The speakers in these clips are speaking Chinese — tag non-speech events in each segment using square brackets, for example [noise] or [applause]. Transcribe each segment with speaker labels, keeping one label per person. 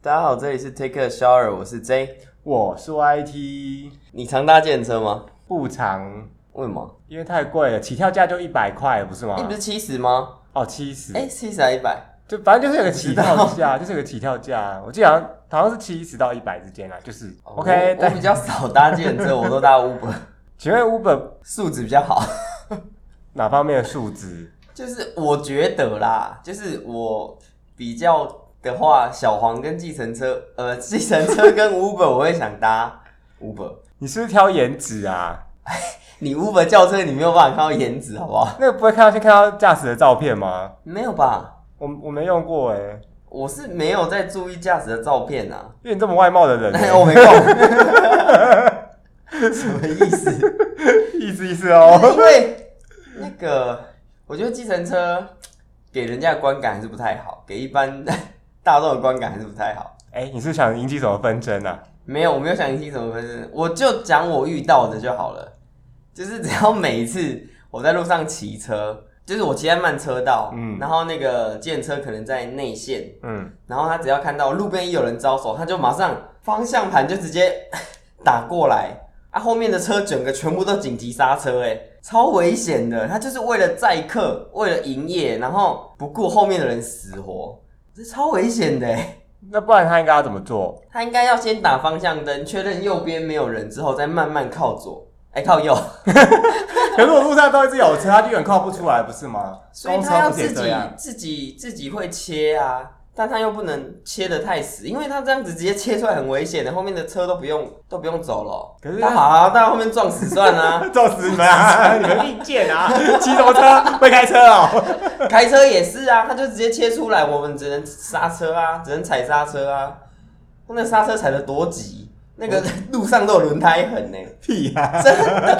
Speaker 1: 大家好，这里是 Take a Shower，我是 J。
Speaker 2: 我是 YT，
Speaker 1: 你常搭建车吗？
Speaker 2: 不长，
Speaker 1: 为什么？
Speaker 2: 因为太贵了，起跳价就一百块，不是吗
Speaker 1: 你？哎不是七十吗？
Speaker 2: 哦，七十、
Speaker 1: 哎、七十还一百？
Speaker 2: 就反正就是有个起跳价， [laughs] 就是有个起跳价，我记得好像好像是七十到一百之间啦，啊就是、OK
Speaker 1: 哦我我比
Speaker 2: 对，
Speaker 1: 较少搭建车，我都搭 Uber，
Speaker 2: 请问 Uber
Speaker 1: 素质比较好。
Speaker 2: 哪方面的数值？
Speaker 1: 就是我觉得啦，就是我比较的话，小黄跟计程车，呃， [laughs] 计程车跟 Uber 我会想搭 Uber。
Speaker 2: 你是不是挑颜值啊？
Speaker 1: 你 Uber 叫车，你没有办法看到颜值，好不好？
Speaker 2: 那个不会看到先看到驾驶的照片吗？
Speaker 1: 没有吧？
Speaker 2: 我我没用过哎、
Speaker 1: 我是没有在注意驾驶的照片啊。
Speaker 2: 因为你这么外貌的人、
Speaker 1: [laughs] 哎，我没
Speaker 2: [laughs]
Speaker 1: 空。什么意思？
Speaker 2: 意思意思 [laughs] 哦。
Speaker 1: 因为那个，我觉得计程车给人家的观感还是不太好，给一般 [laughs] 大众的观感还是不太好。
Speaker 2: 哎、你是想引起什么纷争啊？
Speaker 1: 没有，我没有想听什么分身，我就讲我遇到的就好了。就是只要每一次我在路上骑车，就是我骑在慢车道，
Speaker 2: 嗯
Speaker 1: 然后那个电车可能在内线，
Speaker 2: 嗯，
Speaker 1: 然后他只要看到路边一有人招手，他就马上方向盘就直接 [laughs] 打过来，啊，后面的车整个全部都紧急刹车、欸，超危险的。他就是为了载客，为了营业，然后不顾后面的人死活，这超危险的、欸。
Speaker 2: 那不然他应该要怎么做？
Speaker 1: 他应该要先打方向灯，确认右边没有人之后，再慢慢靠左，哎、靠右。
Speaker 2: [laughs] 可是我路上都一直有车，他就远靠不出来，不是吗？
Speaker 1: [laughs] 所以
Speaker 2: 公
Speaker 1: 他
Speaker 2: 车
Speaker 1: 要
Speaker 2: 不是
Speaker 1: 自
Speaker 2: 也
Speaker 1: 己
Speaker 2: 这样？
Speaker 1: 自己自己会切啊，但他又不能切的太死，因为他这样子直接切出来很危险的，后面的车都不用都不用走了。 [laughs]
Speaker 2: 可是
Speaker 1: 他
Speaker 2: [laughs]
Speaker 1: 好、啊，到后面撞死算啦、
Speaker 2: 撞死你们啊！你们硬件啊！ [laughs] 骑什么车？会开车
Speaker 1: [laughs]
Speaker 2: 哦。
Speaker 1: 开车也是啊，他就直接切出来，我们只能刹车啊，只能踩刹车啊。那刹车踩的多急，那个
Speaker 2: 嗯
Speaker 1: [laughs] 路上都有轮胎痕呢、
Speaker 2: [laughs] 屁啊！
Speaker 1: 真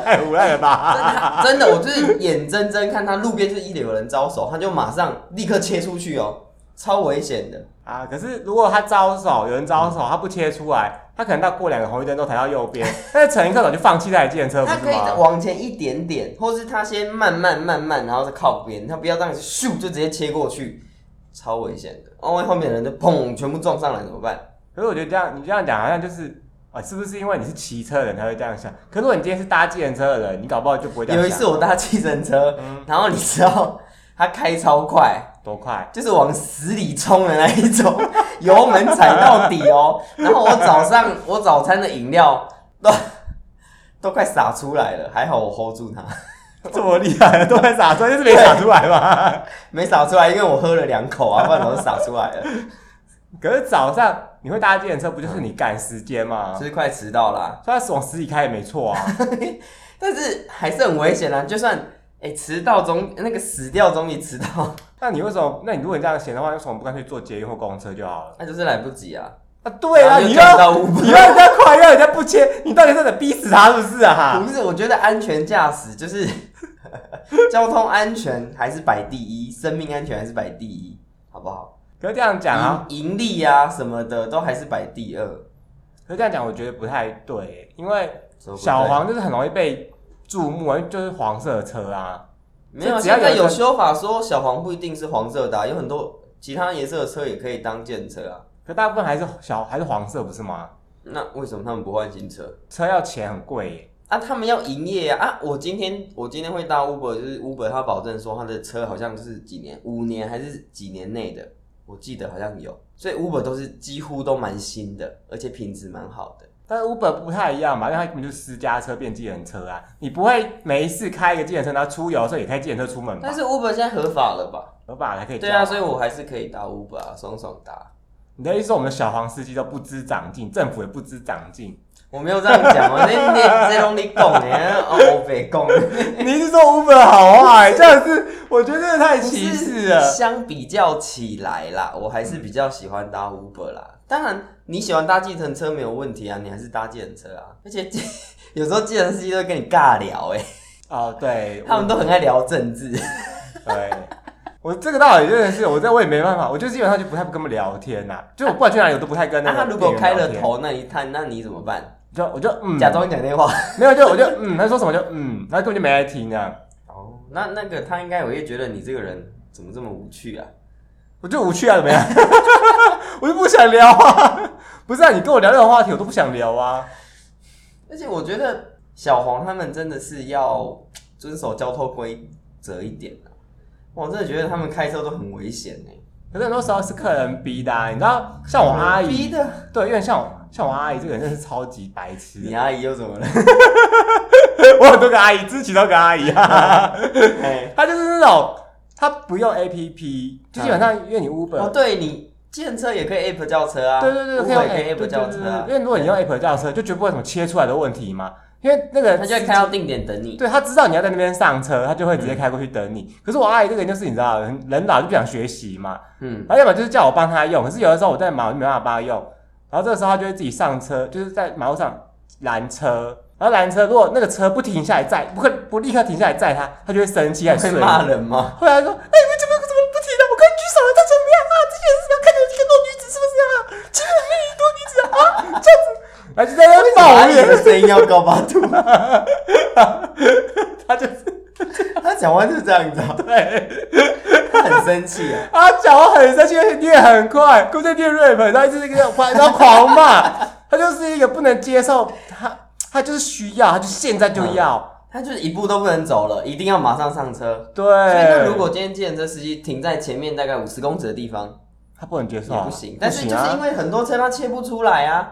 Speaker 2: 太无赖了吧！
Speaker 1: 真的，我就是眼睁睁看他路边就是一有人招手，他就马上立刻切出去哦，超危险的。
Speaker 2: 啊，可是如果他招手，有人招手，他不切出来，他可能到过两个红绿灯都抬到右
Speaker 1: [laughs]
Speaker 2: 边，但是乘客早就放弃那台计程车，不
Speaker 1: 他
Speaker 2: 是
Speaker 1: 可以再
Speaker 2: 吗？
Speaker 1: 往前一点点，或是他先慢慢慢慢，然后再靠边，他不要这样子咻就直接切过去，超危险的。哦，后面的人就砰全部撞上来怎么办？
Speaker 2: 可是我觉得这样，你这样讲好像就是。啊，是不是因为你是骑车的人才会这样想？可是如果你今天是搭计程车的人，你搞不好就不会这样
Speaker 1: 有
Speaker 2: 想。
Speaker 1: 一次我搭计程车，
Speaker 2: 嗯
Speaker 1: [laughs] 然后你知道他开超快，
Speaker 2: 多快？
Speaker 1: 就是往死里冲的那一种，油门踩到底哦。然后我早上我早餐的饮料都都快洒出来了，还好我 hold 住它，
Speaker 2: 这么厉害，都在洒出来，就是没洒出来嘛。
Speaker 1: 没洒出来，因为我喝了两口啊，不然早就洒出来
Speaker 2: [laughs]
Speaker 1: 了，
Speaker 2: 可是早上你会搭计程车，不就是你赶时间吗？
Speaker 1: 就
Speaker 2: 所以
Speaker 1: 是快迟到啦。
Speaker 2: 他往死里开也没错啊。
Speaker 1: 但是还是很危险啊，就算哎、迟到总那个死掉总比迟到， [laughs]
Speaker 2: 那你为什么？那你如果你这样闲的话，为什么不干脆坐捷运或公车就好了？
Speaker 1: 那就是来不及啊。
Speaker 2: 啊，对啊，
Speaker 1: 然后就
Speaker 2: 你
Speaker 1: 撞到
Speaker 2: 要
Speaker 1: 乌龟
Speaker 2: 你要人家快，要人家不切，你到底是在逼死他是不是啊？
Speaker 1: 不是，我觉得安全驾驶就是 [laughs] 交通安全还是摆第一，生命安全还是摆第一，好不好？
Speaker 2: 可是这样讲啊，
Speaker 1: 盈盈利啊什么的都还是摆第二。
Speaker 2: 可是这样讲，我觉得不太对，因为
Speaker 1: 什么不对
Speaker 2: 小黄就是很容易被注目，啊因为就是黄色的车啊。
Speaker 1: 没有，
Speaker 2: 这只要
Speaker 1: 现在
Speaker 2: 有
Speaker 1: 有修法说小黄不一定是黄色的啊、有很多其他颜色的车也可以当建车啊。
Speaker 2: 可大部分还是小还是黄色不是吗？
Speaker 1: 那为什么他们不换新车
Speaker 2: 车要钱很贵耶，
Speaker 1: 啊？他们要营业啊！啊，我今天我今天会搭 Uber，就是 Uber 他保证说他的车好像是几年，五年还是几年内的，我记得好像有。所以 Uber 都是几乎都蛮新的，而且品质蛮好的。
Speaker 2: 但是 Uber 不太一样嘛，因为它根本就是私家车变计程车啊，你不会没事开一个计程车，然后出游的时候也开计程车出门吧
Speaker 1: 但？是 Uber 现在合法了吧？
Speaker 2: 合法才可以
Speaker 1: 对
Speaker 2: 叫
Speaker 1: 啊，所以我还是可以搭 Uber 啊，爽爽搭。
Speaker 2: 你的意思是我们的小黄司机都不知长进，政府也不知长进？ [laughs]
Speaker 1: 我没有这样讲哦，那那这拢你讲的，哦，我白讲。
Speaker 2: 你是说 Uber 好坏？这样是我觉得真的太歧视了。
Speaker 1: 相比较起来啦，我还是比较喜欢搭 Uber 啦。当然，你喜欢搭计程车没有问题啊，你还是搭计程车啊。而且 [laughs] 计有时候计程司机都会跟你尬聊、欸，
Speaker 2: 哦，对，
Speaker 1: 他们都很爱聊政治。
Speaker 2: 我对。我这个道理真的是，我这我也没办法，我就基本上就不太跟他们聊天呐、就我不管去哪里，我都不太跟
Speaker 1: 那、
Speaker 2: 那
Speaker 1: 啊他
Speaker 2: 个
Speaker 1: 如果
Speaker 2: 店员
Speaker 1: 开
Speaker 2: 聊
Speaker 1: 了
Speaker 2: 天，
Speaker 1: 头那一探，那你怎么办？
Speaker 2: 就我就嗯，
Speaker 1: 假装讲电话。
Speaker 2: 没有就我就嗯，他说什么就嗯，然后根本就没来听啊，
Speaker 1: 哦，那那个他应该我也觉得你这个人怎么这么无趣啊？
Speaker 2: 我就无趣啊，怎么样？ [laughs] 我就不想聊啊。不是啊，你跟我聊这种话题，我都不想聊啊。
Speaker 1: 而且我觉得小黄他们真的是要遵守交通规则一点啊！哇我真的觉得他们开车都很危险欸呢、
Speaker 2: 可是很多时候是客人逼的、啊，你知道，像我阿姨，
Speaker 1: 嗯逼的，
Speaker 2: 对，因为像我像我阿姨这个人真的是超级白痴
Speaker 1: 你
Speaker 2: 的。
Speaker 1: 阿姨又怎么了？嗯
Speaker 2: [laughs] 我很多个阿姨，之前都有个阿姨
Speaker 1: [laughs]
Speaker 2: 啊，
Speaker 1: 哎，
Speaker 2: 她就是那种她不用 A P P，就基本上因为你 Uber，、
Speaker 1: 嗯哦，对你建车也可以 app 叫车啊，
Speaker 2: 对对对，
Speaker 1: Uber
Speaker 2: 用
Speaker 1: 也可以 app 叫车啊
Speaker 2: 对对对对，因为如果你用 app 叫车，就绝不会有什么切出来的问题嘛，因为那个
Speaker 1: 他就会开到定点等你。
Speaker 2: 对他知道你要在那边上车，他就会直接开过去等你。可是我阿姨这个人就是你知道，人人老就不想学习嘛，
Speaker 1: 嗯，
Speaker 2: 然后要么就是叫我帮他用，可是有的时候我在忙，我就没办法帮他用。然后这个时候他就会自己上车，就是在马路上拦车。然后拦车，如果那个车不停下来载，不会不立刻停下来载他，他就会生气，还
Speaker 1: 会
Speaker 2: 睡。
Speaker 1: 骂人吗？
Speaker 2: 后来说：“哎、你们怎么怎么不停了？我刚举手了，他怎么样啊？这些人是不是看见一个弱女子，是不是啊？欺负另一多女子啊？这样子，然后就在那边
Speaker 1: 阿
Speaker 2: 抱
Speaker 1: 姨
Speaker 2: 怨，
Speaker 1: 的声音要高八
Speaker 2: [laughs]
Speaker 1: 度，
Speaker 2: 他就是
Speaker 1: 他讲话就是这样子、啊，
Speaker 2: 对。”
Speaker 1: 他很生气啊。
Speaker 2: 他讲话很生气，而且念很快，故在念 rap，然后一直这个狂，然后狂骂，他就是一个不能接受，他他就是需要，他就现在就要，
Speaker 1: 他就是一步都不能走了，一定要马上上车。
Speaker 2: 对。
Speaker 1: 嗯所以，那如果今天计程车司机停在前面大概五十公尺的地方
Speaker 2: 他不能接受
Speaker 1: 也
Speaker 2: 啊，
Speaker 1: 不行，但是
Speaker 2: 不
Speaker 1: 就
Speaker 2: 行
Speaker 1: 是因
Speaker 2: 啊，
Speaker 1: 为很多车他切不出来啊，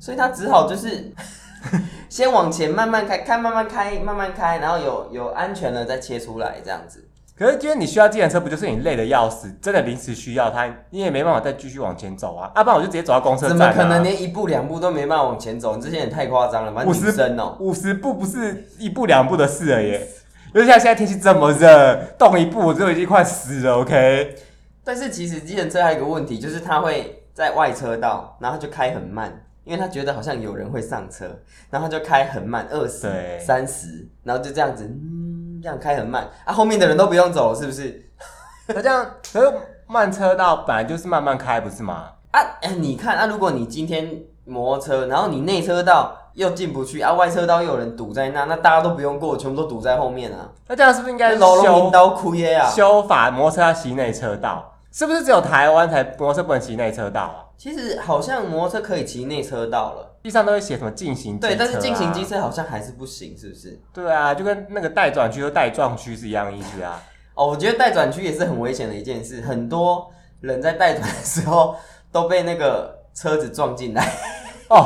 Speaker 1: 所以他只好就是 [laughs] 先往前慢慢开，开慢慢开，慢慢开，然后有有安全了再切出来这样子。
Speaker 2: 可是今天你需要计程车，不就是你累的要死，真的临时需要他，你也没办法再继续往前走啊，要、不然我就直接走到公车
Speaker 1: 怎
Speaker 2: 站、啊。
Speaker 1: 么可能？连一步两步都没办法往前走？你这些人太夸张了吧，女
Speaker 2: 五十
Speaker 1: 生哦、
Speaker 2: 五十步不是一步两步的事而已，尤其像现在天气这么热，动一步我就已经快死了，OK？
Speaker 1: 但是其实计程车还有一个问题，就是他会在外车道，然后他就开很慢，因为他觉得好像有人会上车，然后他就开很慢，二十、
Speaker 2: 对
Speaker 1: 三十，然后就这样子，嗯，这样开很慢啊，后面的人都不用走了，是不是？
Speaker 2: 那这样，可是慢车道本来就是慢慢开，不是吗？
Speaker 1: 啊，哎你看啊，如果你今天摩托车，然后你内车道又进不去啊，外车道又有人堵在那，那大家都不用过，全部都堵在后面啊，
Speaker 2: 那这样是不是应该
Speaker 1: 楼龙引
Speaker 2: 修
Speaker 1: 刀枯耶啊！
Speaker 2: 修法摩托车要骑内车道？是不是只有台湾才摩托车不能骑内车道啊？
Speaker 1: 其实好像摩托车可以骑内车道了，
Speaker 2: 地上都会写什么进行机车
Speaker 1: 对，
Speaker 2: 啊
Speaker 1: 但是进行机车好像还是不行，是不是？
Speaker 2: 对啊，就跟那个带转区和带撞区是一样的意思啊。
Speaker 1: 哦，我觉得带转区也是很危险的一件事，很多人在带转的时候都被那个车子撞进来。
Speaker 2: 哦，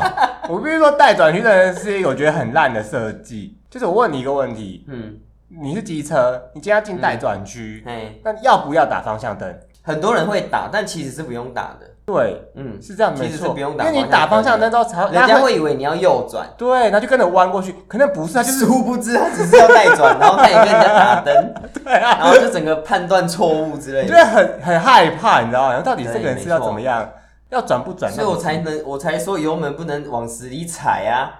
Speaker 2: 我必须说带转区真的是一个我觉得很烂的设计。就是我问你一个问题，
Speaker 1: 嗯，
Speaker 2: 你是机车，你今天要进带转区，
Speaker 1: 哎，
Speaker 2: 那要不要打方向灯？
Speaker 1: 很多人会打，但其实是不用打的。
Speaker 2: 对，
Speaker 1: 嗯，
Speaker 2: 是这样
Speaker 1: 其
Speaker 2: 没
Speaker 1: 实是
Speaker 2: 错，
Speaker 1: 不用
Speaker 2: 因
Speaker 1: 打
Speaker 2: 为你
Speaker 1: 方向
Speaker 2: 打方
Speaker 1: 灯
Speaker 2: 向灯之后才，
Speaker 1: 人家会以为你要右转，
Speaker 2: 对，他就跟着弯过去，可能
Speaker 1: [laughs]
Speaker 2: 不是，他啊就是
Speaker 1: 殊不知他只是要带转，然后他也跟人家打灯，
Speaker 2: 对啊，
Speaker 1: 然后就整个判断错误之类
Speaker 2: 就
Speaker 1: 的。
Speaker 2: 会很很害怕，你知道吗？到底这个人
Speaker 1: 对
Speaker 2: 是
Speaker 1: 没
Speaker 2: 要
Speaker 1: 错
Speaker 2: 怎么样？要转不转？
Speaker 1: 所以我才能，我才说油门不能往死里踩啊！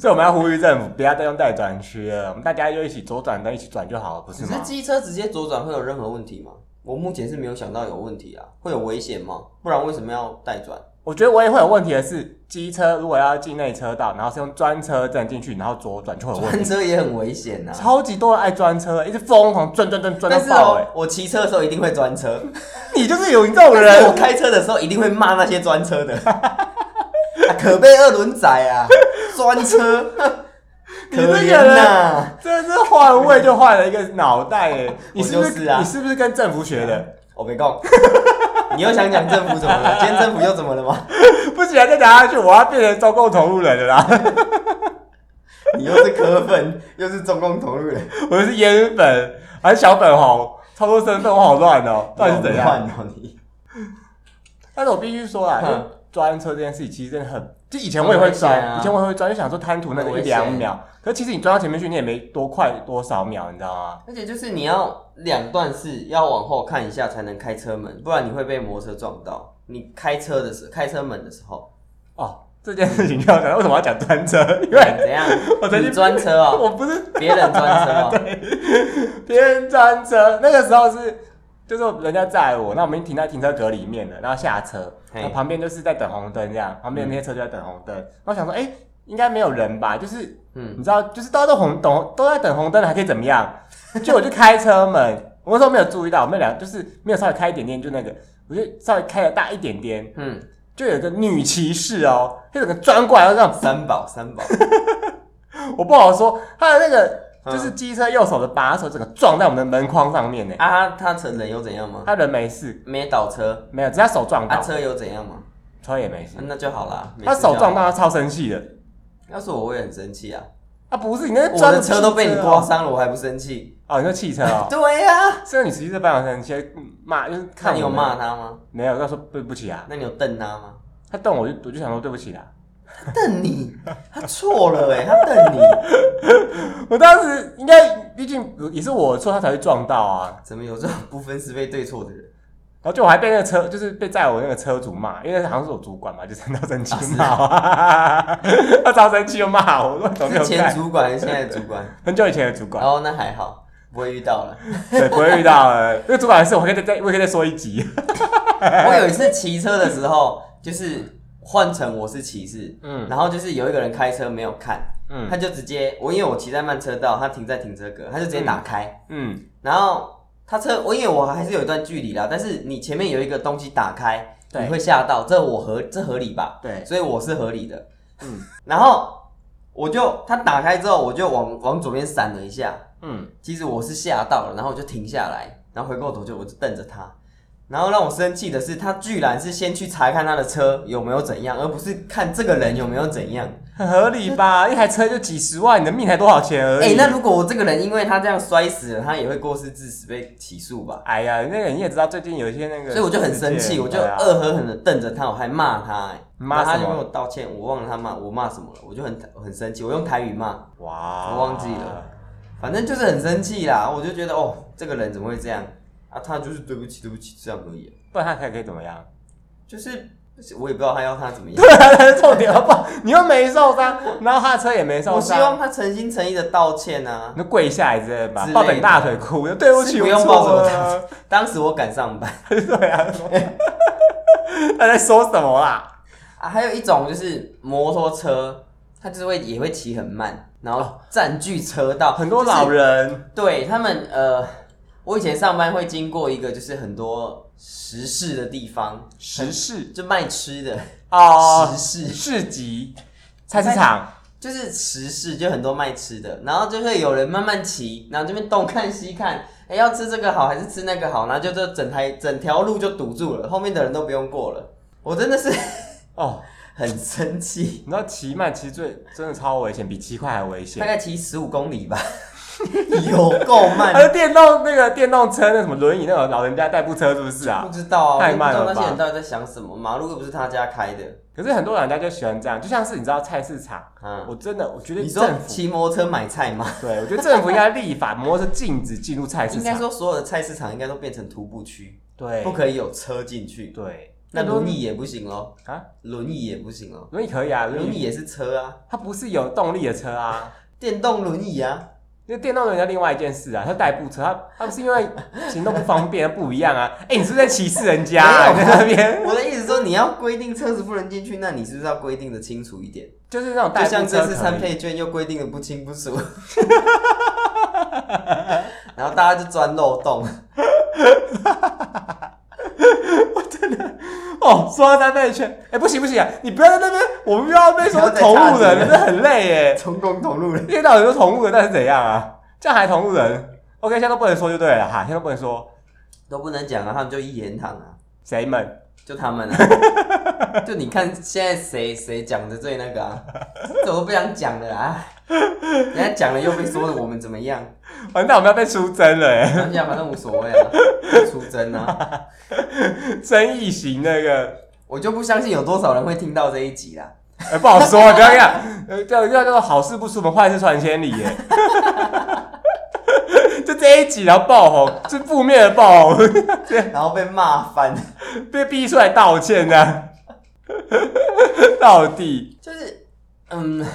Speaker 2: 所以我们要呼吁政府不要再用带转区了，我们大家就一起左转灯一起转就好了，不是
Speaker 1: 只是
Speaker 2: 吗？
Speaker 1: 机车直接左转会有任何问题吗？我目前是没有想到有问题啊，会有危险吗？不然为什么要带转？
Speaker 2: 我觉得我也会有问题的是，机车如果要进内车道，然后是用专车证进去，然后左转就会有问
Speaker 1: 专
Speaker 2: 题。
Speaker 1: 车也很危险呐、
Speaker 2: 超级多人爱专车，一直疯狂转转转 [laughs] 转到
Speaker 1: 但是
Speaker 2: 爆哎、
Speaker 1: 哦，我骑车的时候一定会专车，
Speaker 2: 你就是有你这种
Speaker 1: 但是我
Speaker 2: 人，
Speaker 1: 开车的时候一定会骂那些专车的，啊、可悲二轮仔啊，专车，
Speaker 2: [laughs] 你
Speaker 1: 可
Speaker 2: 这个
Speaker 1: 怜啊
Speaker 2: 人
Speaker 1: 呐、
Speaker 2: 真的是
Speaker 1: [laughs]
Speaker 2: 换位就换了一个脑袋哎、你是不
Speaker 1: 我就是啊
Speaker 2: 你是不是跟政府学的？
Speaker 1: 我哦没空， [laughs] 你又想讲政府怎么了？今天政府又怎么了吗？ [laughs]
Speaker 2: [laughs] 不行啊，再打下去我要变成中共同路人了啦。 [laughs]
Speaker 1: 你又是科粉，又是中共同路人，
Speaker 2: 我是烟粉，还是小粉红，超多身份，我好乱哦、到底是怎
Speaker 1: 好
Speaker 2: 样？
Speaker 1: 乱哦你？
Speaker 2: 但是我必须说啊，
Speaker 1: 嗯
Speaker 2: 因为专车这件事情其实真的很，就以前我也会
Speaker 1: 很危险
Speaker 2: 专，
Speaker 1: 啊
Speaker 2: 以前我也会专，就想说贪图那
Speaker 1: 很
Speaker 2: 个
Speaker 1: 危
Speaker 2: 一
Speaker 1: 险
Speaker 2: 两秒，可是其实你钻到前面去，你也没多快多少秒，你知道吗？
Speaker 1: 而且就是你要两段是要往后看一下才能开车门，不然你会被摩托车撞到。你开车的时候，开车门的时候，
Speaker 2: 哦，这件事情要讲，为什么要讲专车？ [laughs] 因为
Speaker 1: 怎样？
Speaker 2: 我曾
Speaker 1: 你
Speaker 2: 经
Speaker 1: 专车哦、
Speaker 2: [laughs] 我不是
Speaker 1: 别人专车哦，
Speaker 2: 别人专车，那个时候是。就是人家载我，那我们已经停在停车格里面了，然后下车，
Speaker 1: 嘿嗯
Speaker 2: 然后旁边就是在等红灯这样，旁边那些车就在等红灯。然后想说，哎、应该没有人吧？就是
Speaker 1: 嗯，
Speaker 2: 你知道，就是大家都红等都在等红灯了，还可以怎 [laughs] 么样？就我就开车门，我那时候没有注意到，我们俩就是没有稍微开一点点，就那个，我就稍微开的大一点点，
Speaker 1: 嗯，
Speaker 2: 就有一个女骑士哦，就整个钻过来，然后这样
Speaker 1: 三宝三宝，
Speaker 2: 我不好说，他的那个
Speaker 1: 嗯
Speaker 2: 就是机车右手的把手整个撞在我们的门框上面呢。
Speaker 1: 啊，他成人又怎样吗？
Speaker 2: 他人没事，
Speaker 1: 没倒车，
Speaker 2: 没有，只是他手撞
Speaker 1: 啊，
Speaker 2: 到，
Speaker 1: 车又怎样吗？
Speaker 2: 车也没事
Speaker 1: 啊。那就好啦。没
Speaker 2: 他
Speaker 1: 事就好
Speaker 2: 手撞到，他超生气的。
Speaker 1: 要是我会很生气啊！
Speaker 2: 啊，不是你那
Speaker 1: 我
Speaker 2: 撞
Speaker 1: 的车都被你刮
Speaker 2: 刮
Speaker 1: 伤了，我还不生气？，
Speaker 2: 哦，你说汽车哦 [laughs]
Speaker 1: 对呀、
Speaker 2: 这个你实际是非常生气，骂就是
Speaker 1: 那
Speaker 2: 看
Speaker 1: 你有
Speaker 2: 我们
Speaker 1: 骂他吗？
Speaker 2: 没有？他说对不起啊，
Speaker 1: 那你有瞪他吗？
Speaker 2: 他动我就我就想说对不起啊啦。
Speaker 1: 他瞪你，他错了哎、他瞪你，
Speaker 2: 我当时应该毕竟也是我错，他才会撞到啊。
Speaker 1: 怎么有这种不分是非对错的人？
Speaker 2: 然后就我还被那个车，就是被载我那个车主骂，因为好像是 [laughs] 我主管嘛，就真的生
Speaker 1: 哦
Speaker 2: 气就骂我， [laughs] 他超生气就骂我，我说怎么没有
Speaker 1: 是前
Speaker 2: 带？
Speaker 1: 主管还是现在的主管？
Speaker 2: 很久以前的主管，
Speaker 1: 哦，那还好，不会遇到了。
Speaker 2: 对，不会遇到了。那个主管的事，我可以再再，我可以再说
Speaker 1: [laughs]
Speaker 2: 一集。
Speaker 1: 我有一次骑车的时候，就是换成我是骑士，
Speaker 2: 嗯
Speaker 1: 然后就是有一个人开车没有看，
Speaker 2: 嗯
Speaker 1: 他就直接我因为我骑在慢车道，他停在停车格，他就直接打开，
Speaker 2: 嗯，
Speaker 1: 然后他车我因为我还是有一段距离啦，但是你前面有一个东西打开，
Speaker 2: 对
Speaker 1: 你会吓到，这我合这合理吧？
Speaker 2: 对，
Speaker 1: 所以我是合理的。
Speaker 2: 嗯
Speaker 1: 然后我就他打开之后，我就往往左边闪了一下，
Speaker 2: 嗯，
Speaker 1: 其实我是吓到了，然后我就停下来，然后回过头就我就瞪着他。然后让我生气的是，他居然是先去查看他的车有没有怎样，而不是看这个人有没有怎样。
Speaker 2: 很合理吧？一台车就几十万，你的命才多少钱而
Speaker 1: 哎、
Speaker 2: 已。
Speaker 1: 那如果我这个人因为他这样摔死了，他也会过失致死被起诉吧？
Speaker 2: 哎呀，那个你也知道，最近有一些那个，
Speaker 1: 所以我就很生气，我就
Speaker 2: 对啊
Speaker 1: 恶狠狠的瞪着他，我还骂他、哎，
Speaker 2: 你骂
Speaker 1: 然后他
Speaker 2: 什
Speaker 1: 就
Speaker 2: 么
Speaker 1: 跟我道歉，我忘了他骂我骂什么了，我就很很生气，我用台语骂，
Speaker 2: 哇，
Speaker 1: 我忘记了。反正就是很生气啦，我就觉得哦，这个人怎么会这样啊？他就是对不起，对不起，这样而已啊、
Speaker 2: 不然他还可以怎么样？ [laughs]
Speaker 1: 就是我也不知道他要他怎么样。
Speaker 2: 对啊，重点不，你又没受伤，然后他的车也没受
Speaker 1: 我希
Speaker 2: 伤。
Speaker 1: 望他诚心诚意的道歉啊！
Speaker 2: 那跪下来之类的吧
Speaker 1: 之，类的
Speaker 2: 抱着你大腿哭，就对不起，
Speaker 1: 是不用
Speaker 2: 我
Speaker 1: 抱
Speaker 2: 错
Speaker 1: 着我
Speaker 2: 了。
Speaker 1: 当时我赶上班
Speaker 2: 对啊，他在说什么啦？
Speaker 1: 啊，还有一种就是摩托车，他就是会也会骑很慢，然后占据车道，
Speaker 2: 很多
Speaker 1: 就是
Speaker 2: 老人，
Speaker 1: 对他们呃，我以前上班会经过一个就是很多食市的地方，
Speaker 2: 时事
Speaker 1: 就卖吃的
Speaker 2: 哦，
Speaker 1: 食市，
Speaker 2: 市集、菜市场，
Speaker 1: 就是食市就很多卖吃的，然后就会有人慢慢骑，然后这边东看西看，哎、要吃这个好还是吃那个好，然后就这整台整条路就堵住了，后面的人都不用过
Speaker 2: [laughs]
Speaker 1: 了，我真的是
Speaker 2: 哦，
Speaker 1: 很生气，
Speaker 2: 你知道骑慢其实最真的超危险，比骑快还危
Speaker 1: 大
Speaker 2: 险。
Speaker 1: 概骑十五公里
Speaker 2: [laughs]
Speaker 1: 吧，有够慢
Speaker 2: 还。有电动那个电动车，那什么轮椅那种老人家代步车是不是啊
Speaker 1: 不？知道啊，我
Speaker 2: 太
Speaker 1: 也不
Speaker 2: 慢
Speaker 1: 知道
Speaker 2: 了
Speaker 1: 那
Speaker 2: 吧
Speaker 1: 些人到底在想什么。马路又不是他家开的，
Speaker 2: 可是很多老人家就喜欢这样，就像是你知道菜市场，
Speaker 1: 嗯，
Speaker 2: 我真的我觉得
Speaker 1: 你说
Speaker 2: 政府，
Speaker 1: 骑摩托车买菜吗？
Speaker 2: 对我觉得政府应该立法，摩托车禁止进入菜市
Speaker 1: 应该
Speaker 2: 场，
Speaker 1: 说所有的菜市场应该都变成徒步区，
Speaker 2: 对
Speaker 1: 不可以有车进去。
Speaker 2: 对，
Speaker 1: 那轮椅也不行咯，
Speaker 2: 啊，
Speaker 1: 轮椅也不行咯，
Speaker 2: 轮椅可以啊，轮
Speaker 1: 轮
Speaker 2: 椅
Speaker 1: 椅也是车啊，
Speaker 2: 它不是有动力的车啊，
Speaker 1: 电动轮椅啊，
Speaker 2: 那电动轮椅是另外一件事啊，它代步车，它它不是因为行动不方便不一样啊。 [laughs] 哎、你是不是在歧视人家、啊？
Speaker 1: 没
Speaker 2: 你
Speaker 1: 有
Speaker 2: 在那
Speaker 1: [laughs]
Speaker 2: 边
Speaker 1: 我的意思说你要规定车子不能进去，那你是不是要规定的清楚一点？
Speaker 2: 就是那种代
Speaker 1: 就
Speaker 2: 步车
Speaker 1: 像这次
Speaker 2: 可以
Speaker 1: 三倍券又规定的不清不楚，然后大家就钻漏洞。
Speaker 2: 哦，说到三倍券，哎、不行不行啊，你不要在那边，我们又要被说同路人，真的很累耶。
Speaker 1: 成功同路人。
Speaker 2: 一天到晚说同路人，那是怎样啊？这样还同路人？OK，现在都不能说就对了哈，现在都不能说
Speaker 1: 都不能讲啊，他们就一言堂啊，
Speaker 2: 谁们，
Speaker 1: 就他们啊，就你看现在谁谁讲的最那个啊，这我都不想讲了啊，人家讲了又被说我们怎么样，
Speaker 2: 完蛋，我们要被出征了哎，
Speaker 1: 反正反正无所谓啊，不出征啊，
Speaker 2: 争议型那个。
Speaker 1: 我就不相信有多少人会听到这一集啦，
Speaker 2: 哎、不好说、啊，不要这样。呃，叫叫叫做好事不出门，坏事传千里耶。 [laughs] 就这一集，然后爆红，是负面的爆红，
Speaker 1: 然后被骂翻，
Speaker 2: 被逼出来道歉呢、啊。到底，
Speaker 1: 就是嗯，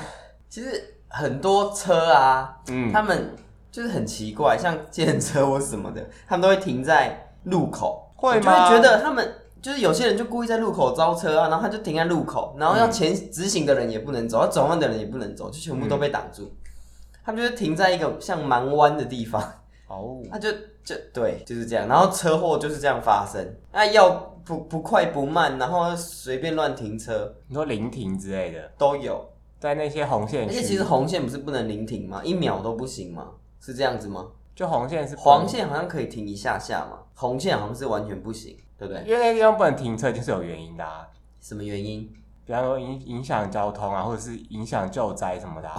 Speaker 1: 其实很多车啊，
Speaker 2: 嗯，
Speaker 1: 他们就是很奇怪，像电车或什么的，他们都会停在路口，
Speaker 2: 会
Speaker 1: 我就
Speaker 2: 吗
Speaker 1: 会觉得他们就是有些人就故意在路口招车啊，然后他就停在路口，然后要前直行的人也不能走，要转弯的人也不能走，就嗯 [laughs] 全部都被挡住。他们就是停在一个像蛮弯的地方，
Speaker 2: 哦，
Speaker 1: 他就就对，就是这样。然后车祸就是这样发生，那要不不快不慢，然后随便乱停车
Speaker 2: 你说临停之类的，
Speaker 1: 都有。
Speaker 2: 在那些红线
Speaker 1: 而
Speaker 2: 区，
Speaker 1: 且其实红线不是不能临停吗？一秒都不行吗？是这样子吗？
Speaker 2: 就红线是不能
Speaker 1: 黄，线好像可以停一下下嘛，红线好像是完全不行，对不对？
Speaker 2: 因为那地方不能停车，就是有原因的、啊，
Speaker 1: 什么原因？
Speaker 2: 比方说影影响交通啊，或者是影响救灾什么 [laughs] 的、啊。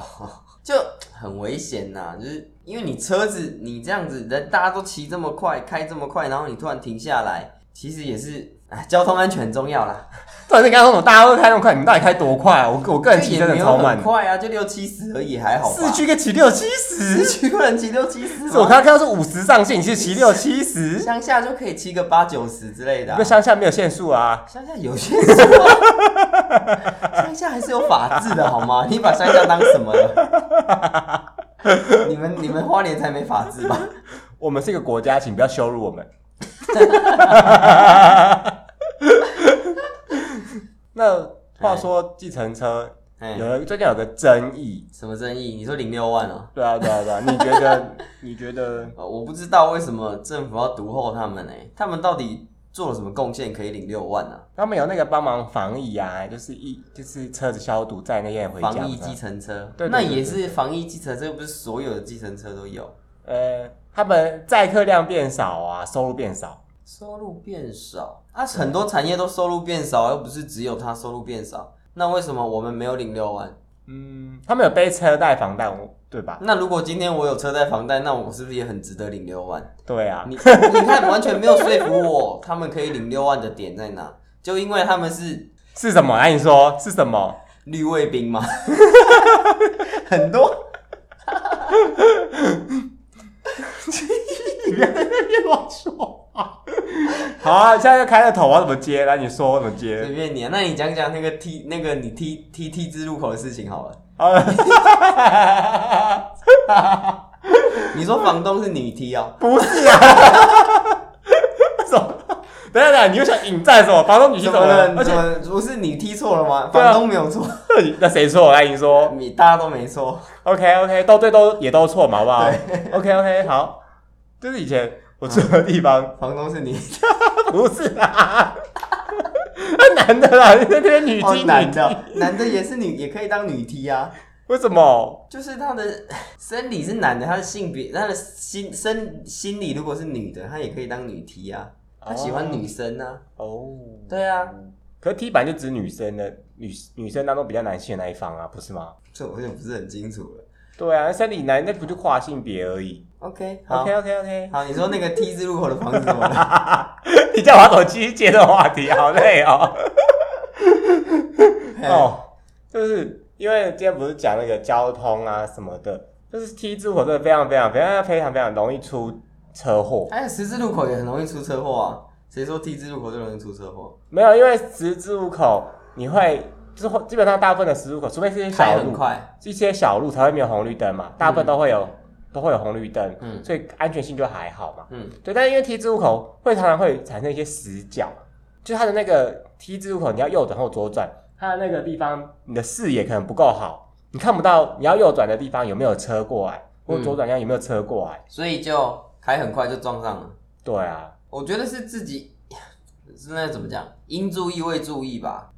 Speaker 1: 就很危险呐、就是因为你车子你这样子，人大家都骑这么快，开这么快，然后你突然停下来，其实也是，哎，交通安全很重要啦。
Speaker 2: 到底刚刚那种大家都开那么快，你们到底开多快、啊？我我个人骑
Speaker 1: 就也
Speaker 2: 真的
Speaker 1: 没有
Speaker 2: 超慢
Speaker 1: 很
Speaker 2: 的，
Speaker 1: 快啊，就六七十而已，还好吧。
Speaker 2: 市区可以骑六七
Speaker 1: [laughs] 市
Speaker 2: 十，
Speaker 1: 区不能骑六七十
Speaker 2: 是我
Speaker 1: 吗？
Speaker 2: 刚刚看到是五十上限，你是骑六七十，
Speaker 1: 乡下就可以骑个八九十之类的、
Speaker 2: [laughs] 因
Speaker 1: 啊
Speaker 2: 为。乡下没有限速啊。
Speaker 1: 乡下有些时候，乡下还是有法治的好
Speaker 2: [laughs]
Speaker 1: 吗？你把乡下当什么了？你们你们花莲才没法治吧？
Speaker 2: 我们是一个国家，请不要羞辱我们。那话说，计程车
Speaker 1: 哎、
Speaker 2: 有最近有个争议，
Speaker 1: 什么争议？你说零六万哦、
Speaker 2: 对啊，对啊，对啊，你觉得？你觉得？
Speaker 1: 呃，我不知道为什么政府要独后他们呢、欸他们到底做了什么贡献可以领六万啊呢、
Speaker 2: 他们有那个帮忙防疫啊，就是一就是车子消毒在那些人回家。
Speaker 1: 防疫计程车，
Speaker 2: 对对对
Speaker 1: 那也是防疫计程车，又不是所有的计程车都有。
Speaker 2: 呃，他们载客量变少啊，收入变少。
Speaker 1: 收入变少，啊，很多产业都收入变少，又不是只有它收入变少。那为什么我们没有领六万？
Speaker 2: 嗯，他们有背车贷房贷，对吧？
Speaker 1: 那如果今天我有车贷房贷，那我是不是也很值得领六万？
Speaker 2: 对啊，
Speaker 1: 你 [laughs] 你看，完全没有说服我，他们可以领六万的点在哪？就因为他们是
Speaker 2: 是什么？哎、你说是什么？
Speaker 1: 绿卫兵
Speaker 2: [laughs]
Speaker 1: 吗？很 [laughs] 多，
Speaker 2: 你不要在那边乱说话。好啊，现在就开了头，我要怎么接？来，你说我怎么接？
Speaker 1: 随便你、啊。那你讲讲那个 T 那个你 T T T 字路口的事情好了。
Speaker 2: 好了， [laughs]
Speaker 1: 你说房东是你 T 哦、
Speaker 2: 不是啊，什么？等一下，等一下，你又想引战什么？房东女
Speaker 1: 怎
Speaker 2: 怎
Speaker 1: 么
Speaker 2: 么了
Speaker 1: 了？？
Speaker 2: 而
Speaker 1: 怎
Speaker 2: 且
Speaker 1: 么不是你 T 错了吗？
Speaker 2: 对啊
Speaker 1: 房东没有错，
Speaker 2: [laughs] 那谁错？来，你说。
Speaker 1: 你大家都没错。
Speaker 2: OK OK，都对都也都错嘛，好不好
Speaker 1: 对
Speaker 2: ？OK OK，好。就是以前我住的地方，
Speaker 1: 房东是你，
Speaker 2: [laughs] 不是啊， [laughs] 那男的啦，那边 [laughs] 女
Speaker 1: 哦
Speaker 2: 精
Speaker 1: 男
Speaker 2: 女
Speaker 1: 的男的也是女，也可以当女 T 啊。
Speaker 2: 为什么？
Speaker 1: 就是他的生理是男的，他的性别，他的心生心理如果是女的，他也可以当女 T 啊。他喜欢女生啊。
Speaker 2: 哦，
Speaker 1: 对啊，
Speaker 2: 可是 T 版就指女生的女女生当中比较男性的那一方啊，不是吗？
Speaker 1: 这我就不是很清楚了。
Speaker 2: 对啊，生理男那不就跨性别而已。
Speaker 1: OK，好。
Speaker 2: OK OK OK，
Speaker 1: 好，你说那个 T 字路口的房子怎么了？
Speaker 2: [laughs]
Speaker 1: [laughs]
Speaker 2: 你叫我要怎么继续接这个话题？好
Speaker 1: [laughs]
Speaker 2: 累哦。哦，就是因为今天不是讲那个交通啊什么的，就是 T 字火车非常非常非常非常非常容易出车祸。
Speaker 1: 还有哎十字路口也很容易出车祸啊！谁说 T 字路口就容易出车祸？
Speaker 2: 没有，因为十字路口你会之后基本上大部分的十字路口，除非是一些
Speaker 1: 开
Speaker 2: 小
Speaker 1: 很
Speaker 2: 路，
Speaker 1: 快，
Speaker 2: 一些小路才会没有红绿灯嘛，大部分都会有、都会有红绿灯，
Speaker 1: 嗯
Speaker 2: 所以安全性就还好嘛。
Speaker 1: 嗯，
Speaker 2: 对，但因为 T 字路口会常常会产生一些死角，就是它的那个 T 字路口，你要右转或左转，它的那个地方你的视野可能不够好，你看不到你要右转的地方有没有车过来，或
Speaker 1: 嗯
Speaker 2: 左转要有没有车过来。
Speaker 1: 所以就开很快就撞上了。
Speaker 2: 对啊，
Speaker 1: 我觉得是自己是那怎么讲？应注意未注意吧。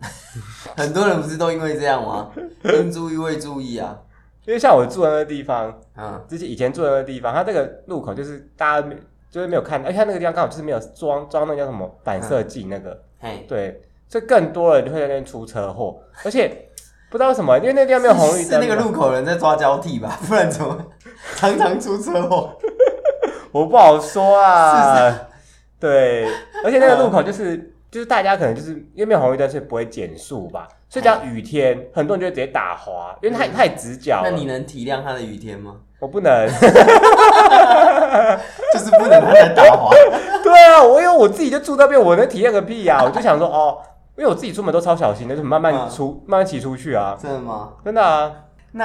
Speaker 1: [laughs] 很多人不是都因为这样吗？应注意未注意啊。
Speaker 2: 因为像我住的那个地方，
Speaker 1: 嗯，
Speaker 2: 之前以前住的那个地方，它这个路口就是大家没就是没有看，哎而且它那个地方刚好就是没有装装那个叫什么反射镜那个，
Speaker 1: 嘿，
Speaker 2: 对，所以更多人就会在那边出车祸，而且。不知道为什么，因为那地方没有红绿
Speaker 1: 是
Speaker 2: 灯嘛，
Speaker 1: 那个路口人在抓交替吧？不然怎么 [laughs] 常常出车
Speaker 2: 啊
Speaker 1: 祸？
Speaker 2: 我不好说啊。对，而且那个路口
Speaker 1: 嗯
Speaker 2: 就是就是大家可能就是因为没有红绿灯，所以不会减速吧。所以只要雨天，很多人就会直接打滑，因为太太直角
Speaker 1: 嗯那
Speaker 2: 了。
Speaker 1: 你能体谅他的雨天吗？
Speaker 2: 我不能。
Speaker 1: 就是不能他在打滑。 [laughs]
Speaker 2: [laughs] 对啊，我因为我自己就住那边，我能体验个屁 [laughs] 呀、我就想说哦，因为我自己出门都超小心的，就是慢慢
Speaker 1: 嗯
Speaker 2: 出、慢慢骑出去啊，
Speaker 1: 真的吗？
Speaker 2: 真的啊。
Speaker 1: 那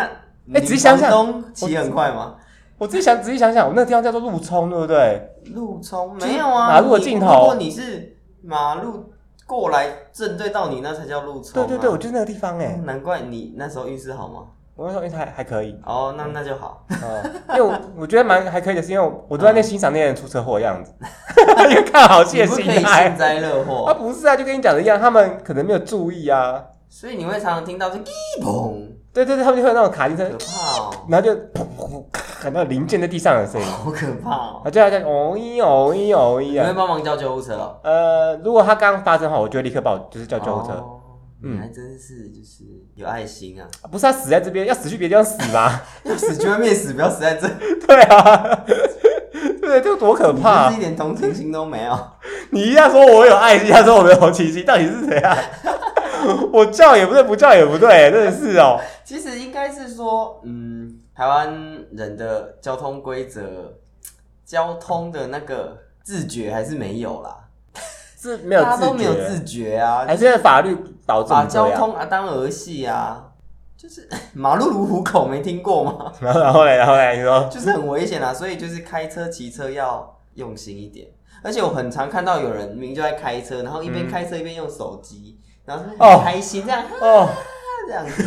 Speaker 2: 哎仔细想想
Speaker 1: 房东骑很快吗？
Speaker 2: 我自己想仔细想想，我那个地方叫做路冲，对不对？
Speaker 1: 路冲
Speaker 2: 就是
Speaker 1: 没有啊，
Speaker 2: 马路的
Speaker 1: 你
Speaker 2: 尽头
Speaker 1: 如果你是马路过来正对到你，那才叫路冲、
Speaker 2: 对
Speaker 1: 啊。
Speaker 2: 哦对对，我就是那个地方哎、
Speaker 1: 哦难怪你那时候运势好吗？
Speaker 2: 我那时候运气还还可以，
Speaker 1: 哦，那那就
Speaker 2: [laughs]
Speaker 1: 好。
Speaker 2: 哦，因为我我觉得蛮还可以的，是因为我我都在那欣赏那些人出车祸的样子， [laughs] 因为看好戏
Speaker 1: 你
Speaker 2: 的
Speaker 1: 不可
Speaker 2: 心
Speaker 1: 以
Speaker 2: 态
Speaker 1: 幸。灾乐
Speaker 2: 啊，
Speaker 1: 祸，
Speaker 2: 不是啊，就跟你讲的一样，他们可能没有注意啊。
Speaker 1: 所以你会常常听到是“滴砰
Speaker 2: 对对对，他们就会有那种卡丁车”，，
Speaker 1: 可怕哦，
Speaker 2: 然后就 [coughs] 噗噗咔那个零件在地上的声音，
Speaker 1: 好可怕哦！
Speaker 2: 啊， [laughs] 就好像哦一哦一哦一
Speaker 1: 你会
Speaker 2: 啊。
Speaker 1: 帮忙叫救护车哦？
Speaker 2: 呃，如果他刚发生的话，我就会立刻报，就是叫救护车。嗯
Speaker 1: 哦。你还真是就是有爱心啊！ [laughs]
Speaker 2: 啊不是他死在这边，要死去别地方死吧？
Speaker 1: 要死就会灭死，不要死在这，
Speaker 2: 对啊，对不对？这多可
Speaker 1: 你
Speaker 2: 怕、
Speaker 1: 就是
Speaker 2: 啊！
Speaker 1: 一点同情心都没有。
Speaker 2: 你一下说我有爱心，一下说我没有同情心，到底是谁
Speaker 1: [laughs]
Speaker 2: 啊？我叫也不对，不叫也不对，真的是哦。
Speaker 1: 其实应该是说，嗯，台湾人的交通规则、交通的那个自觉还是没有啦，
Speaker 2: 是没有
Speaker 1: 大家都
Speaker 2: 自
Speaker 1: 没有
Speaker 2: 觉，
Speaker 1: 自觉啊，
Speaker 2: 还是因为法律导致我
Speaker 1: 把
Speaker 2: 们这
Speaker 1: 交
Speaker 2: 样？
Speaker 1: 通啊当儿戏啊，就是 [laughs] 马路如虎口，没听过吗？
Speaker 2: [laughs] 然后然后嘞，然后嘞，你说
Speaker 1: 就是很危险啊，所以就是开车、骑车要用心一点。而且我很常看到有人明明就在开车，然后一边开车一边用手机，然后说
Speaker 2: 嗯哦
Speaker 1: 很开心这样，哈 [laughs]
Speaker 2: 哦，
Speaker 1: 这样子，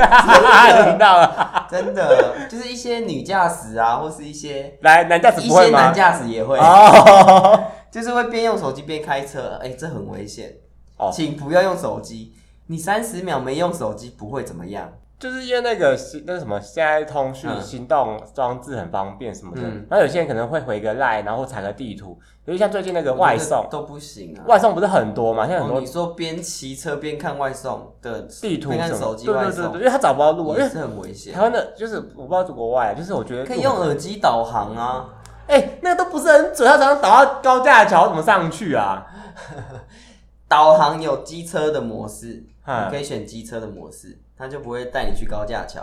Speaker 2: 听到了。
Speaker 1: 真的就是一些女驾驶啊，或是一些
Speaker 2: 来，男驾驶
Speaker 1: 一
Speaker 2: 不会
Speaker 1: 些
Speaker 2: 吗啊
Speaker 1: 男？驾驶也会，
Speaker 2: 哦，
Speaker 1: 就是会边用手机边开车，哎、这很危险，
Speaker 2: 哦
Speaker 1: 请不要用手机。你三十秒没用手机不会怎么样，
Speaker 2: 就是因为那个行那个什么，现在通讯
Speaker 1: 嗯
Speaker 2: 行动装置很方便什么的，
Speaker 1: 嗯
Speaker 2: 然后有些人可能会回个 line，然后查个地图，尤其像最近那个外
Speaker 1: 我觉得
Speaker 2: 送，
Speaker 1: 都不行啊。
Speaker 2: 外送不是很多嘛，现在很
Speaker 1: 哦，
Speaker 2: 多
Speaker 1: 你说边骑车边看外送的
Speaker 2: 地图
Speaker 1: 边看
Speaker 2: 什么
Speaker 1: 手，机
Speaker 2: 对
Speaker 1: 外
Speaker 2: 对对对，
Speaker 1: 送
Speaker 2: 因为他找不到路，啊
Speaker 1: 也
Speaker 2: 哎因为
Speaker 1: 是很危险
Speaker 2: 台，湾的就是我不知道是国外，就是我觉得
Speaker 1: 可以用，耳机导航啊。
Speaker 2: 哎、那个都不是很准，他常常倒到高架桥怎么上去啊？
Speaker 1: 导航有机车的模式，
Speaker 2: 嗯
Speaker 1: 你可以选机车的模式，它就不会带你去高架
Speaker 2: [laughs]
Speaker 1: 桥。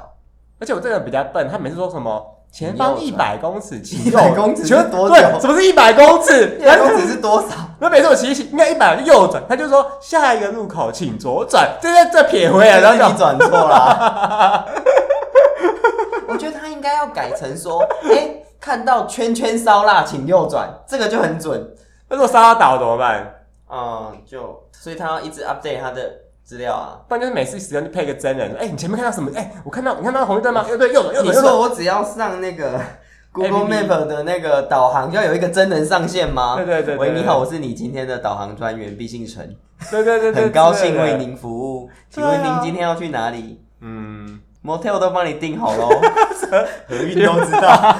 Speaker 2: 而且我这个人比较笨，他每次说什么前方一
Speaker 1: 请右
Speaker 2: 百公尺，请右
Speaker 1: 100公尺是
Speaker 2: 请问
Speaker 1: 多
Speaker 2: 对
Speaker 1: 久
Speaker 2: 什么是一百公尺？
Speaker 1: 那公尺是多少？
Speaker 2: 那每次我骑一骑，应该一百就右转，他就说下一个路口请左转，这这这撇回来，然
Speaker 1: 然
Speaker 2: 后
Speaker 1: 后你
Speaker 2: 就
Speaker 1: 转错啦。
Speaker 2: [laughs]
Speaker 1: 我觉得他应该要改成说，哎、看到圈圈烧腊请右转，这个就很准。
Speaker 2: 那如果杀到倒怎么办？
Speaker 1: 嗯，就所以他要一直 update 他的资料啊。
Speaker 2: 不然就是每次使用就配一个真人，哎、你前面看到什么？哎、我看到你看到红绿灯吗？哎右对右转右
Speaker 1: 你
Speaker 2: 转右转，
Speaker 1: 说我只要上那
Speaker 2: [laughs]
Speaker 1: 个 Google
Speaker 2: APP
Speaker 1: Map 的那个导航，要有一个真人上线吗？
Speaker 2: 对对对对
Speaker 1: 喂，你好，我是你今天的导航专员毕信成，
Speaker 2: 对对对对，
Speaker 1: 很高
Speaker 2: 之类
Speaker 1: 兴
Speaker 2: 的
Speaker 1: 为，您服务。请
Speaker 2: 对啊
Speaker 1: 问您今天要去哪里
Speaker 2: 嗯，
Speaker 1: ？Motel 都帮你订好 [laughs] 喽，何运都知 [laughs] 道。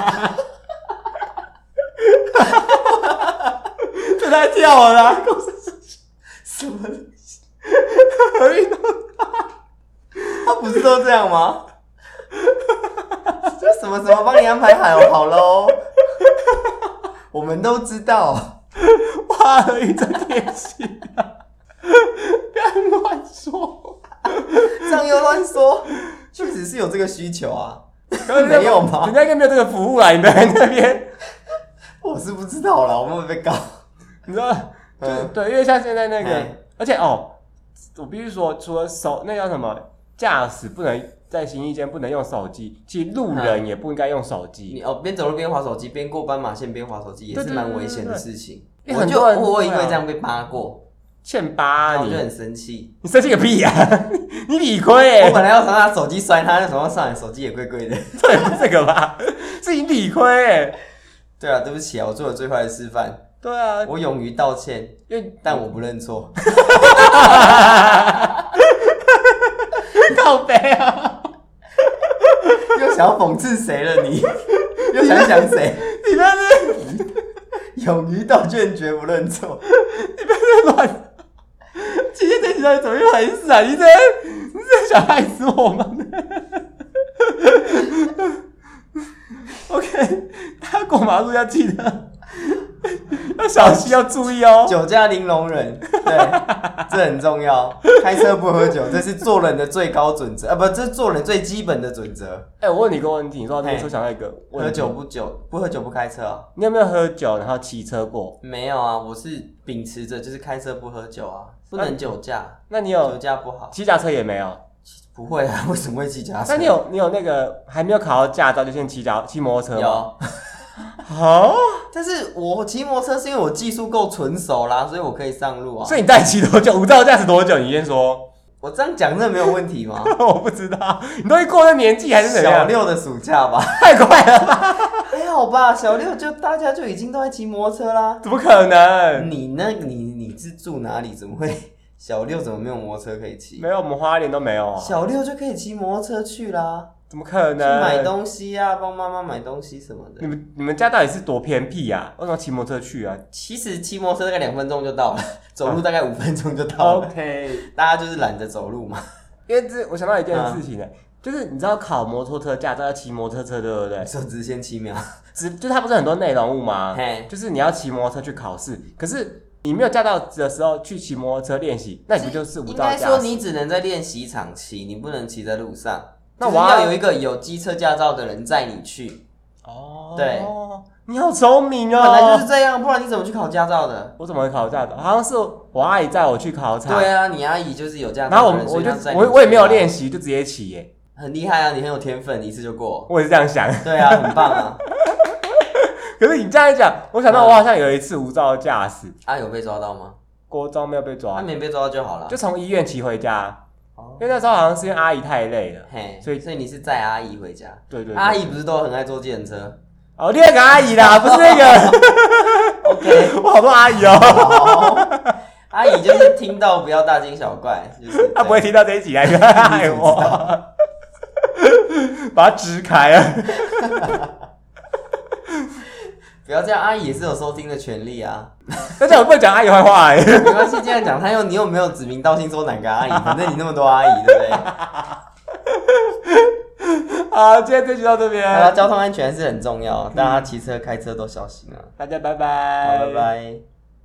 Speaker 2: 这太跳了
Speaker 1: 啊
Speaker 2: 啦，公司
Speaker 1: 什么？
Speaker 2: 何运动
Speaker 1: 他不是都这样吗？就什么什么帮你安排好好喽，我们都知道。
Speaker 2: 画了一张贴心啊， [laughs] 不要乱说，
Speaker 1: 这样又乱说，确实是有这个需求啊。 [laughs] 没有吗
Speaker 2: 人家应该没有这个服务啦，你们在那边。
Speaker 1: 我是不知道啦，我们会被告。
Speaker 2: 你知道，就是、
Speaker 1: 嗯
Speaker 2: 对，因为像现在那个
Speaker 1: 哎，
Speaker 2: 而且哦，我必须说，除了手那叫什么驾驶不能在行医间不能用手机，其实路人也不应该用手
Speaker 1: 嗯你
Speaker 2: 机。
Speaker 1: 哦，边走路边划手机，边过斑马线边划手机，也
Speaker 2: 对
Speaker 1: 是
Speaker 2: 对
Speaker 1: 蛮
Speaker 2: 对
Speaker 1: 危险的
Speaker 2: 对
Speaker 1: 事情。
Speaker 2: 因为
Speaker 1: 我
Speaker 2: 很
Speaker 1: 就
Speaker 2: 多人
Speaker 1: 我我因为
Speaker 2: 对啊
Speaker 1: 这样被扒过，
Speaker 2: 欠八、
Speaker 1: 然后我就
Speaker 2: 你
Speaker 1: 很生
Speaker 2: [laughs]
Speaker 1: 气。
Speaker 2: 你生气个屁呀、啊！你理亏、
Speaker 1: 我
Speaker 2: 欸，
Speaker 1: 本来要拿他手机摔他，那手上上来手机也贵贵的。 [laughs]
Speaker 2: 这也不是这个吧？ [laughs] 是你理亏、欸，
Speaker 1: 对啊，对不起啊，我做了最坏的示范，
Speaker 2: 对啊，
Speaker 1: 我勇于道歉，
Speaker 2: 因为
Speaker 1: 但我不认错。 [laughs]
Speaker 2: 靠背啊，
Speaker 1: 又想要讽刺谁了你？ [laughs] 又想想谁？ [laughs]
Speaker 2: 你不要在那
Speaker 1: 勇于道歉，绝不认错。
Speaker 2: 边乱。 [laughs] 今天这集到底怎么又回事啊？你这你这想害死我们 [laughs] ？OK，大家过马路要记得要小心，要注意哦。
Speaker 1: 酒驾零容忍，对，这很重要。开车不喝酒，这是做人的最高准则啊！不，这是做人最基本的准则。
Speaker 2: 哎、我问你一个问题，你说到这边
Speaker 1: 嘿
Speaker 2: 就想到一个问
Speaker 1: 喝
Speaker 2: 题，
Speaker 1: 酒不酒，不喝酒不开车啊？
Speaker 2: 你有没有喝酒然后骑车过？
Speaker 1: 没有啊，我是秉持着就是开车不喝酒啊，不能酒驾，
Speaker 2: 那你
Speaker 1: 酒
Speaker 2: 有
Speaker 1: 驾不好。
Speaker 2: 骑脚车也没有？
Speaker 1: 不会啊， [laughs] 为什么会骑脚踏车？
Speaker 2: 那你有你有那个还没有考到驾照就先骑脚骑摩托车吗？
Speaker 1: 有？
Speaker 2: 好、
Speaker 1: 但是我骑摩托车是因为我技术够纯熟啦，所以我可以上路啊。
Speaker 2: 所以你到底骑多久？无照驾驶多久？你先说。
Speaker 1: 我这样讲真的没有问题 [laughs] 吗？
Speaker 2: [laughs] 我不知道，你都会过了年纪还是怎
Speaker 1: 小
Speaker 2: 样？
Speaker 1: 六的暑假吧， [laughs]
Speaker 2: 太快了吧？
Speaker 1: 还好吧？小六就大家就已经都在骑摩托车啦。
Speaker 2: 怎么可能？
Speaker 1: 你那，你你是住哪里？怎么会小六怎么没有摩托车可以骑？
Speaker 2: 没有，我们花莲都没有啊，
Speaker 1: 小六就可以骑摩托车去啦，
Speaker 2: 怎么可
Speaker 1: 去
Speaker 2: 能？
Speaker 1: 买东西啊，帮妈妈买东西什么
Speaker 2: 你
Speaker 1: 的。
Speaker 2: 们你们家到底是多偏僻啊？为什么骑摩托车去啊
Speaker 1: 其实骑摩托车大概两分钟就到了， [laughs] 走路大概五分钟就到了。
Speaker 2: ？OK，
Speaker 1: 大家就是懒得走路嘛，
Speaker 2: 哦因为这我想到一件事情呢、啊
Speaker 1: 嗯
Speaker 2: 就是你知道考摩托车驾照要骑摩托车，对不对？
Speaker 1: 手直线七
Speaker 2: [laughs]
Speaker 1: 秒。
Speaker 2: 只就是它不是很多内容物吗？
Speaker 1: 嘿，
Speaker 2: 就是你要骑摩托车去考试，可是你没有驾照的时候去骑摩托车练习，那你不就是无
Speaker 1: 应
Speaker 2: 照
Speaker 1: 该
Speaker 2: 驾
Speaker 1: 说
Speaker 2: 驶？
Speaker 1: 你只能在练习场骑，你不能骑在路上。
Speaker 2: 那
Speaker 1: 就是
Speaker 2: 我要
Speaker 1: 要有一个有机车驾照的人载你去，
Speaker 2: 哦，
Speaker 1: 对，
Speaker 2: 你好聪明
Speaker 1: 本
Speaker 2: 哦！
Speaker 1: 来就是这样，不然你怎么去考驾照的？
Speaker 2: 我怎么会考驾照？好像是我阿姨载我去考场，
Speaker 1: 对啊，你阿姨就是有驾
Speaker 2: 然后
Speaker 1: 照
Speaker 2: 我
Speaker 1: 的人，所
Speaker 2: 我
Speaker 1: 以
Speaker 2: 就
Speaker 1: 她载你
Speaker 2: 我我也没有
Speaker 1: 去啊
Speaker 2: 练，习，就直接骑耶。
Speaker 1: 很厉害啊，你很有天分，一次就过。
Speaker 2: 我也是这样想。 [laughs]
Speaker 1: 对啊，很棒啊！ [laughs]
Speaker 2: 可是你这样一讲，我
Speaker 1: 嗯
Speaker 2: 想到我好像有一次无照驾驶，
Speaker 1: 啊，有被抓到
Speaker 2: [laughs]
Speaker 1: 吗？
Speaker 2: 国中没有被
Speaker 1: 他
Speaker 2: 抓，
Speaker 1: 啊没被抓到就好了。
Speaker 2: 就从医院骑回家，
Speaker 1: 哦
Speaker 2: 因为那时候好像是因为阿姨太累了。
Speaker 1: 嘿，所
Speaker 2: 所以
Speaker 1: 以所以你是载阿姨回家？
Speaker 2: 对对
Speaker 1: 阿
Speaker 2: 对，
Speaker 1: 姨不是都很爱坐计程车 [laughs]
Speaker 2: 哦，第二个阿姨啦，不是那个，
Speaker 1: ？OK，
Speaker 2: [laughs] 我好多阿姨哦，
Speaker 1: 好。阿姨就是听到不要大惊小怪，就是这样
Speaker 2: [laughs] 她不会听到这一
Speaker 1: [laughs]
Speaker 2: 集来害我， [laughs] 把她支开啊！
Speaker 1: 不要这样，阿姨也是有收听的权利啊。 [laughs]
Speaker 2: 但是我不能讲阿姨坏话哎，
Speaker 1: 没关系，这样讲，他又你又没有指名道姓说哪个阿姨，反正你那么多阿姨，对不对？
Speaker 2: [laughs] 好，今天这集到这
Speaker 1: 还有
Speaker 2: 边，
Speaker 1: 交通安全是很重要，大家骑车开车都小心啊。
Speaker 2: 大家拜
Speaker 1: 好，拜拜。